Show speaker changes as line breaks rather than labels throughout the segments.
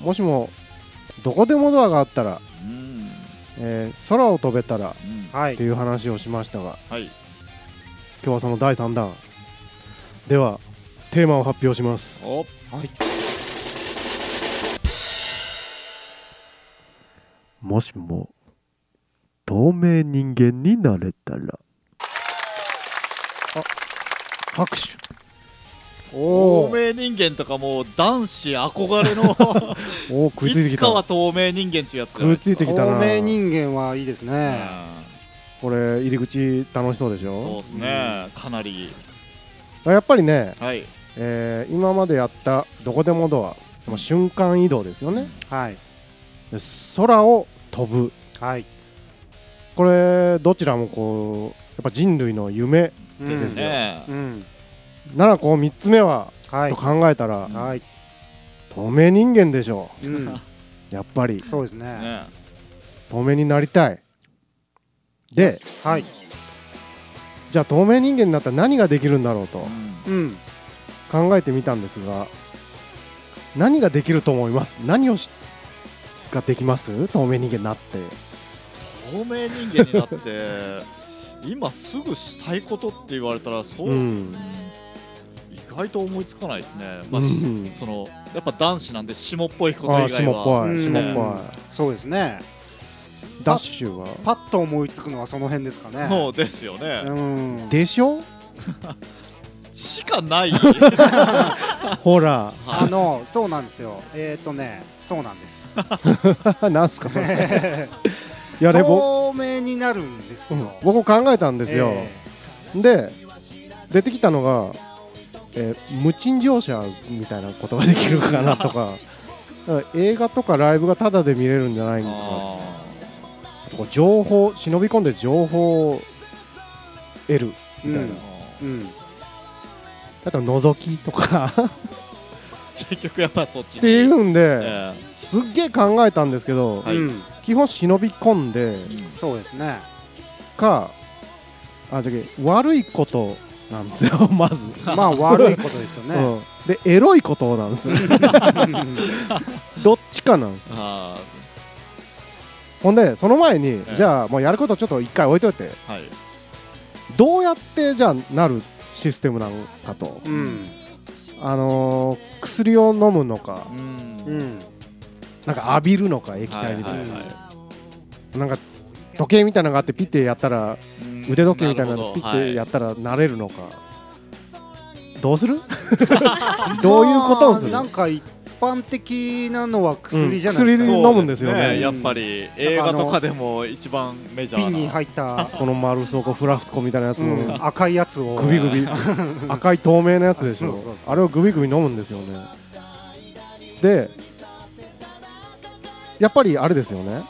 もしもどこでもドアがあったら、
うん
えー空を飛べたらっ
うん
はい
ていう話をしましたが
はい
今日はその第3弾ではテーマを発表します
お
もしも透明人間になれたら
拍手
透
おー
明人間とかもう男子憧 れの
おー食いついてき
つかは
た
透明人間っちゅうやつじ
食
ゃな
い
です
ついて
か
きたな
透明人間はいいですね
これ入り口楽しそうでし
うんそう
ょ
ですねかなり
やっぱりね、
はい
えー今までやったどこでもドアまあ瞬間移動ですよね
はい
で空を飛ぶ
はい
これどちらもこうやっぱ人類の夢
うん
ですね
うん
ならこう3つ目は
はい
と考えたら、
はい
透明人間でしょ
うん
うやっぱり
そうですね
ね
透明になりたいで
はい
じゃあ透明人間になったら何ができるんだろうと
うん
考えてみたんですが何ができると思います何をしができます透明人間になって
透明人間になって 今すぐしたいことって言われたらそう、
うん
意外と思いつかないですね、まあ
うん
しそのやっぱ男子なんで下っぽいこと以
ああ
外
下っ
は
ぽい
う
下
ん
っぽ
そうですね
いダッシュは
パッと思いつくのはその辺ですかね
そうですよね、
うん
でしょ
し かない
ほら
あのそうなんですよえっ、ー、とねそうなんです
なんすかそれいやでも
透明になるんですよ、
うん僕も考えたんですよ、
え
で出てきたのが、えー無賃乗車みたいなことができるかなとかだから映画とかライブがタダで見れるんじゃないのか
あ
とか情報忍び込んで情報を得るみたいな、
うん
ー
うん
あと覗きとか
結局やっぱそっちに
っていうん
え
で
え
すっげえ考えたんですけど、
はい
うん
基本忍び込んで
そうですね
かあじゃあ悪いことなんです よまず、
まあ悪いことですよね、
うん、でエロいことなんですよどっちかなんです
あ
ほんでその前に、
え
じゃあもうやることちょっと一回置いといて
ーはい
どうやってじゃあなるシステムなのかと、
うん
あのー薬を飲むのか
うん
うんうん
なんか浴びるのか液体みたいな、
はいはいはい
なんか時計みたいなのがあってピッてやったら
うん
腕時計みたいなの
るほど
ピッてやったらなれるのか、どうする どういうことをする、
まあなんか一般的なのは薬じゃない
うん
で
薬
すか、
に飲むんですよね
そうやっぱり映画とかでも一番メジャーな
瓶に入った、
この丸そこフラスコみたいなやつ
う
の、
ん、赤いやつを
グビグビ赤い透明なやつでしょ
そうそうそう
あれをグビグビ飲むんですよねでやっぱりあれですよね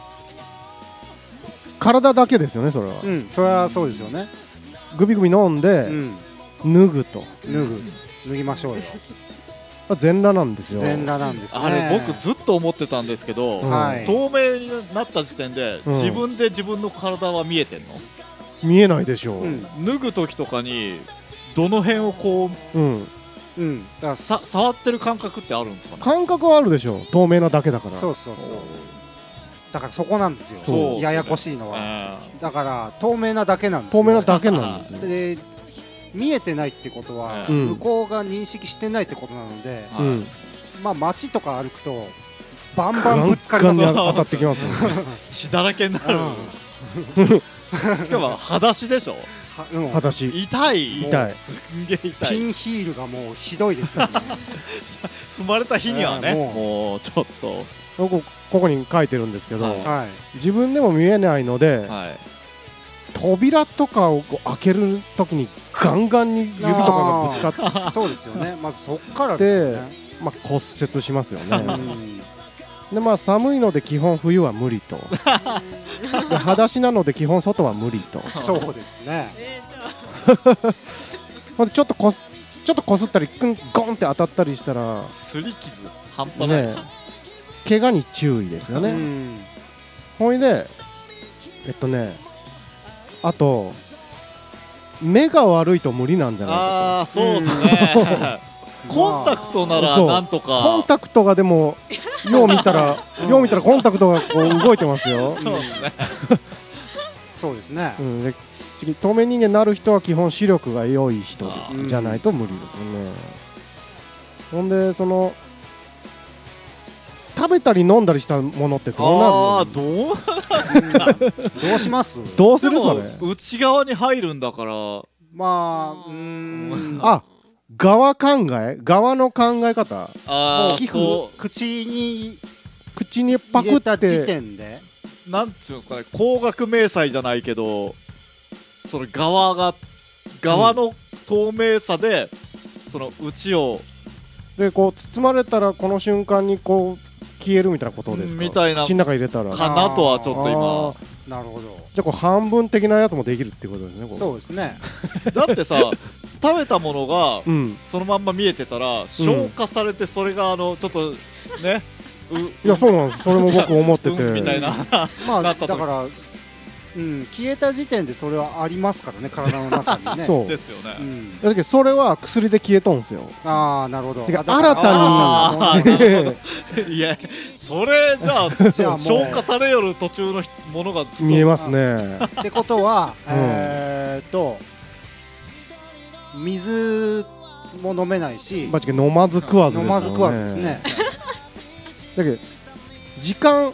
体だけですよねそれは、
うんそれはそうですよね
グビグビ飲ん
う
で、
ん
脱ぐと
脱ぐ脱ぎましょうよ
まあ全裸なんですよ
全裸なんですね
あれ僕ずっと思ってたんですけど、
うん
はい
透明になった時点で、
うん
自分で自分の体は見えてんの
見えないでしょう、
うん
脱ぐ時とかにどの辺をこ
うん
うんだから
うさ触ってる感覚ってあるんですかね
感覚はあるでしょう透明なだけだから
そうそうそうだからそこなんですよ
そうですね
ややこしいの
え
は、
ー
だから透明なだけなんです
透
よ
明なだけなんですね
で見えてないってことは、
うん
向こうが認識してないってことなので、
は
う
い
ん
まあ街とか歩くとバン
ガ
バン
ン
ぶつかります
ガン
よ、
に当たってきますよね
血だらけにな
う
る
ん、は、
しかも裸足でしょ
うん
裸足
痛い
痛い
すんげえ痛
ピ
い
ンヒールがもうひどいですよね
踏まれた日にはね、
えーも
も
う
うちょっと
こここに書いてるんですけど、
はい
はい
自分でも見えないので、
はい
扉とかをこう開けるときにガンガンに指とかがぶつか って
そうですよね。まずそっからですよね。
まあ、骨折しますよ
う
ね
ん
でまあ寒いので基本冬は無理 とで裸足なので基本外は無理と
そうですね。
えー、じゃあ
ほんでちょっとこすちょっとこすったりクンゴンって当たったりしたら
擦り傷半端ない、
ね怪我に注意ですよ
う
ね、
ん
ほいでえっとねあと目が悪いと無理なんじゃないか
ああそうですねコンタクトなら
そう
なんとか
と コンタクトがでもよう見たら、よう見たらコンタクトがこう動いてますよ。
そうですね
そうですね
う。ん、で次透明人間になる人は基本視力が良い人
あ
ー
じゃないと無理ですよね、ほんでその食べたり飲んだりしたものってどう
あ
な
あ
るの
どう
どうします？
どうする
でも
それ
内側に入るんだから
まあ、うーん。
あ側考え側の考え方も
あ
う
あ
皮膚
こ
口に
口にパ
入
ク
れ
った
時
て
点で、
うなんていうんですかね高額明細じゃないけどその側が側の透明さで、その内を
でこう包まれたらこの瞬間にこう消えるみたいなことですか
みたいな
口の中入れたら
かなとはちょっと
あ
今
ー
なるほど。
じゃあこう半分的なやつもできるってことですねこれ
そうですね。
だってさ食べたものが
うん
そのまんま見えてたら消化されてそれがあのちょっとねう
いやそうなんですそれも僕思ってて、
うんみた いな
ま
な
あだ
った時
から、うん消えた時点でそれはありますからね、体の中にね。
そう
ですよ
う
ね
ん。
だけどそれは薬で消えとんすよ
ああ、なるほど。
てか
あだから
新たに
あ
あ
ー
いやそれじゃあ
ゃあもう
消化されよる途中のひものがずっと
見えますね
ってことは、
うん
えーっと水も飲めないし、
マジで飲まず食わずですよね
飲まず食わずですね。
だけど時間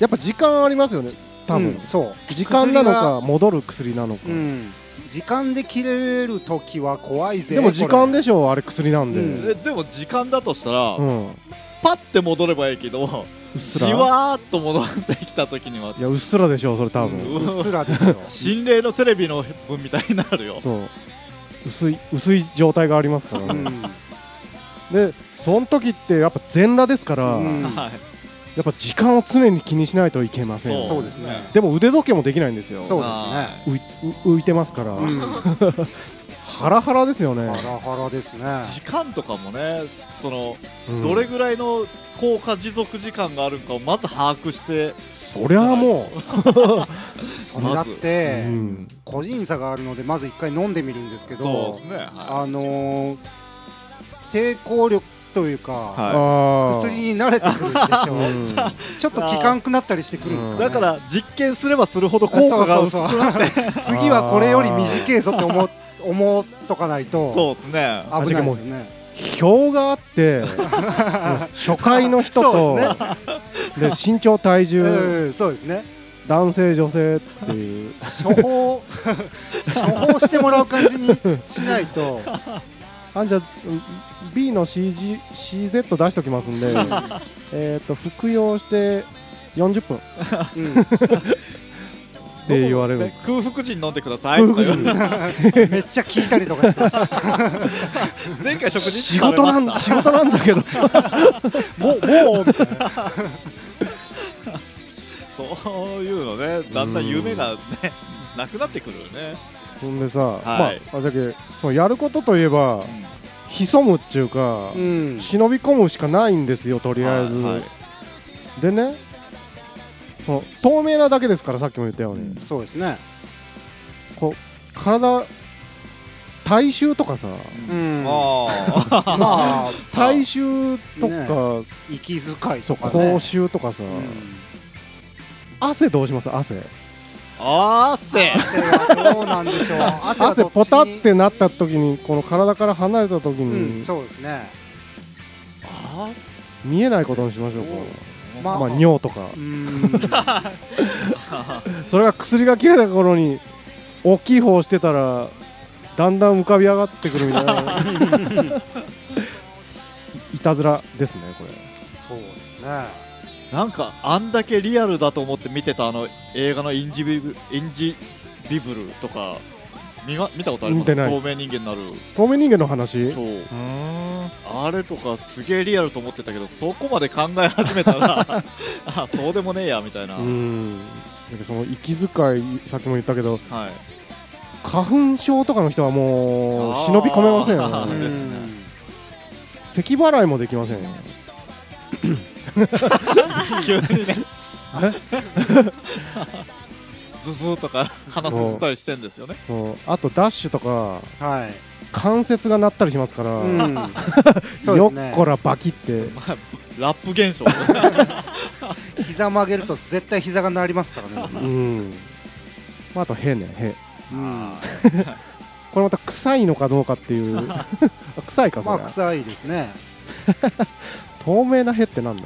やっぱ時間ありますよね多分、
うんそう。
時間なのか戻る薬なのか、
うん。時間で切れる時は怖いぜ。
でも時間
こ
でしょうあれ薬なんで、
うん
えでも時間だとしたら、
うん
パッて戻ればいいけど
うっす
じ
ら
わーっと戻ってきた時にはい
やうっすらでしょうそれ多分、
れ
うん
うっすらです よ。
心霊のテレビの分みたいになるよ
そう薄い薄い状態がありますから
う
ね、
ん
でその時ってやっぱ全裸ですから、
うん
はい
やっぱ時間を常に気にしないといけませんよ
そうですね
でも腕時計もできないんですよ
そう
は
浮い浮いてますから、
うん。
ハラハラですよね
ハラハラですね。
時間とかもねその、
うん
どれぐらいの効果持続時間があるのかをまず把握して
そりゃあも
それだっ
う、
て
うん
個人差があるのでまず一回飲んでみるんですけ
そう
ど
で、すね、は
あのー抵抗力という
い
か。
は
あ
薬に慣れてくるでしょ、
うん
ちょっと効かんくなったりしてくるんです
う
い、
ん
か、ね
だから実験すればするほど効果が薄
そうそうそう次はこれより短いぞって思う思うとかないと
そうですね
危ないですよね
表があってうん初回の人と
そう
で身長体重
うんそうですね
男性女性っていう
処方処方してもらう感じにしないと
あんじゃうん B の CG CZ 出しときますん でえっと服用して40分っ
うん
て言われるんです
空腹時に飲んでください
空腹時
とか
に
めっちゃ効いたりとかして
言う前回食事
仕
中食べ
事
ま
な
した
ん仕事なんじゃけど
もうもうみたいな
そういうのねだんだん夢がねなくなってくるよね、
ほんでさ、
はい
まああじゃけそのやることといえば
う
潜むっちゅうか、
うん
忍び込むしかないんですよと
ん
りあえず、
はい
でねその透明なだけですからさっきも言ったように、
うん
そうですね
こう体体臭とかさ
うんま
ああ
あ
体臭とか、
息遣い
そ
と
う
か
口
ね
臭とかさ、
うん
汗どうします汗
汗
汗はどうなんでしょう汗
汗
はどっちに
ポタってなった時にこの体から離れた時
う
に
ん、そうですね
見えないことにしましょうか、
まあ
まあ尿とか
うーん
それが薬が切れた頃に大きい方をしてたらだんだん浮かび上がってくるみたい ないたずらですねこれ
そうですね
なんかあんだけリアルだと思って見てたあの映画のインジビブインジビブルとか見,、ま、見たことありま
見て
す
ないで
透
す
明人間になる
透明人間の話
そうあれとかすげえリアルと思ってたけどそこまで考え始めたらあそうでもねえやみたいな、
うんだけどその息遣いさっきも言ったけど
はい
花粉症とかの人はもう
あー
忍び込めませんよ
あ
ね
ーですね
うん
咳払いもできませんよ
急 にねズズーとか鼻すすったりしてんですよね
そうあとダッシュとか
はい
関節が鳴ったりしますから、
うん、そうで
よ
すね
っこらバキって
まあラップ現象
膝曲げると絶対膝が鳴りますからね、
うん、まあ、あとへねへ
うん、ま
これまた臭いのかどうかっていうあ臭いかそれ、
あ臭いです ね
透明なへってなんだ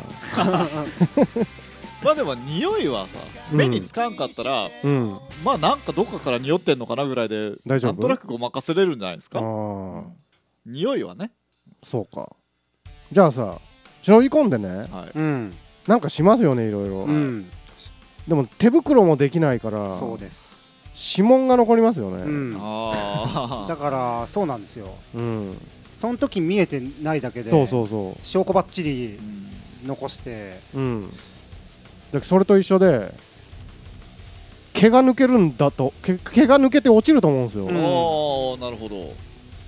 まあでも匂いはさ
うん
目につかんかったら、
うんあ
まあなんかどっかから匂ってんのかなぐらいで
大丈夫
なんとなくごまかせれるんじゃないですか
あ
匂いはね
そうかじゃあさ忍び込んでね
はい
うん、
なんかしますよねいろいろ、
うん、
でも手袋もできないから
そうです、
指紋が残りますよね
うん、
あ
だ
あ
からそうなんですよ
うん
その時見えてないだけで
そうそうそ
証拠ばっちり残して
ううんだそれと一緒で毛が抜けるんだと毛毛が抜けて落ちると思うんですよ、
うん
おーなるほど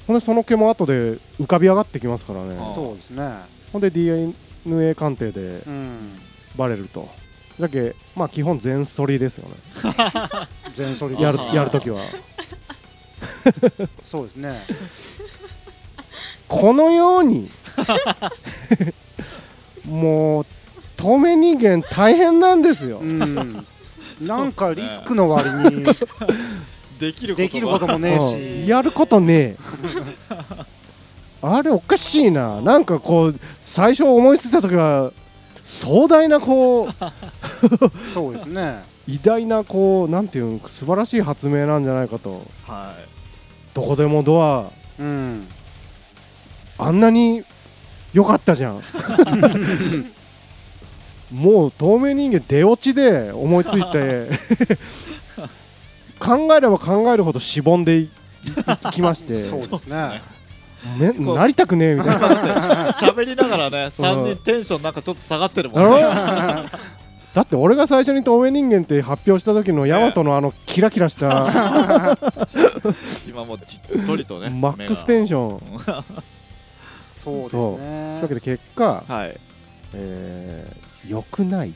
ほんでその毛も後で浮かび上がってきますからね
あー
そうですね
ほんで DNA 鑑定で
うん
バレるとだけまあ基本全剃りですよね
全剃り
や
で
る
あー
やるときは
そうですね
このようにもう透明人間大変なんですよ、
うんなんかリスクの割に
できることが
できることもねえ
うん
し
やることねえあれおかしいななんかこう最初思いついた時は壮大なこう
そうですね
偉大なこうなんていうん素晴らしい発明なんじゃないかと
はい
どこでもドア
うん
あんなに良かったじゃんもう透明人間出落ちで思いついて考えれば考えるほどしぼんでいいきまして
そうですね
ね
こう
なりたくねえみたいな
喋りながらね3人テンションなんかちょっと下がってるもん
だ
ね
ろだって俺が最初に透明人間って発表した時のヤマトのあのキラキラした
今もうじっとりとね
マックステンション
ン
そうです
そうというわけ
ね
で結果、
はい
えー、よくない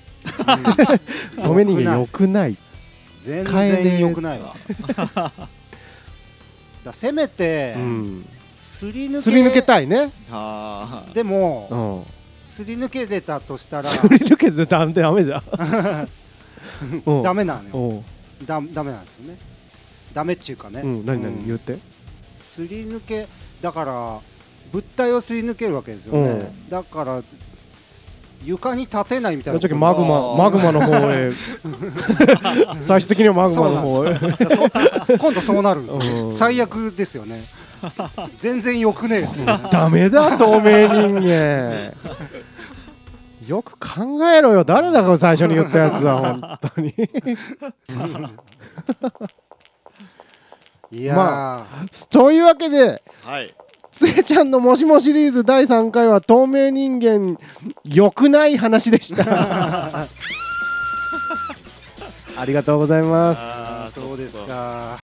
透明人間よくない
全
使えねえ
然良くない わだせめて
うん
すり抜け
すり抜けたいね
はあ
でも
うん
すり抜けてたとしたら
すり抜けてダメダメ じゃんうん
ダメなのよ
うん
ダダメなんですよねダメっちゅうかね
うん何
う
何
ん
言って
すり抜けだから物体をすり抜けるわけですよね、
う
だから床に立てないみたい
ぶっ
な
ちゃけマグ
あ
ママ
ー
グマの方 へ最終的にはマグマの方へ
今度そうなるんです
うん
よ最悪ですよね全然よくねえですよね
ダメだ透明人間よく考えろよ誰だか最初に言ったやつは本当に
いやー、
まというわけで
はい
つえちゃんの「もしも」シリーズ第3回は透明人間良くない話でした ありがとうございます
あー
そうですか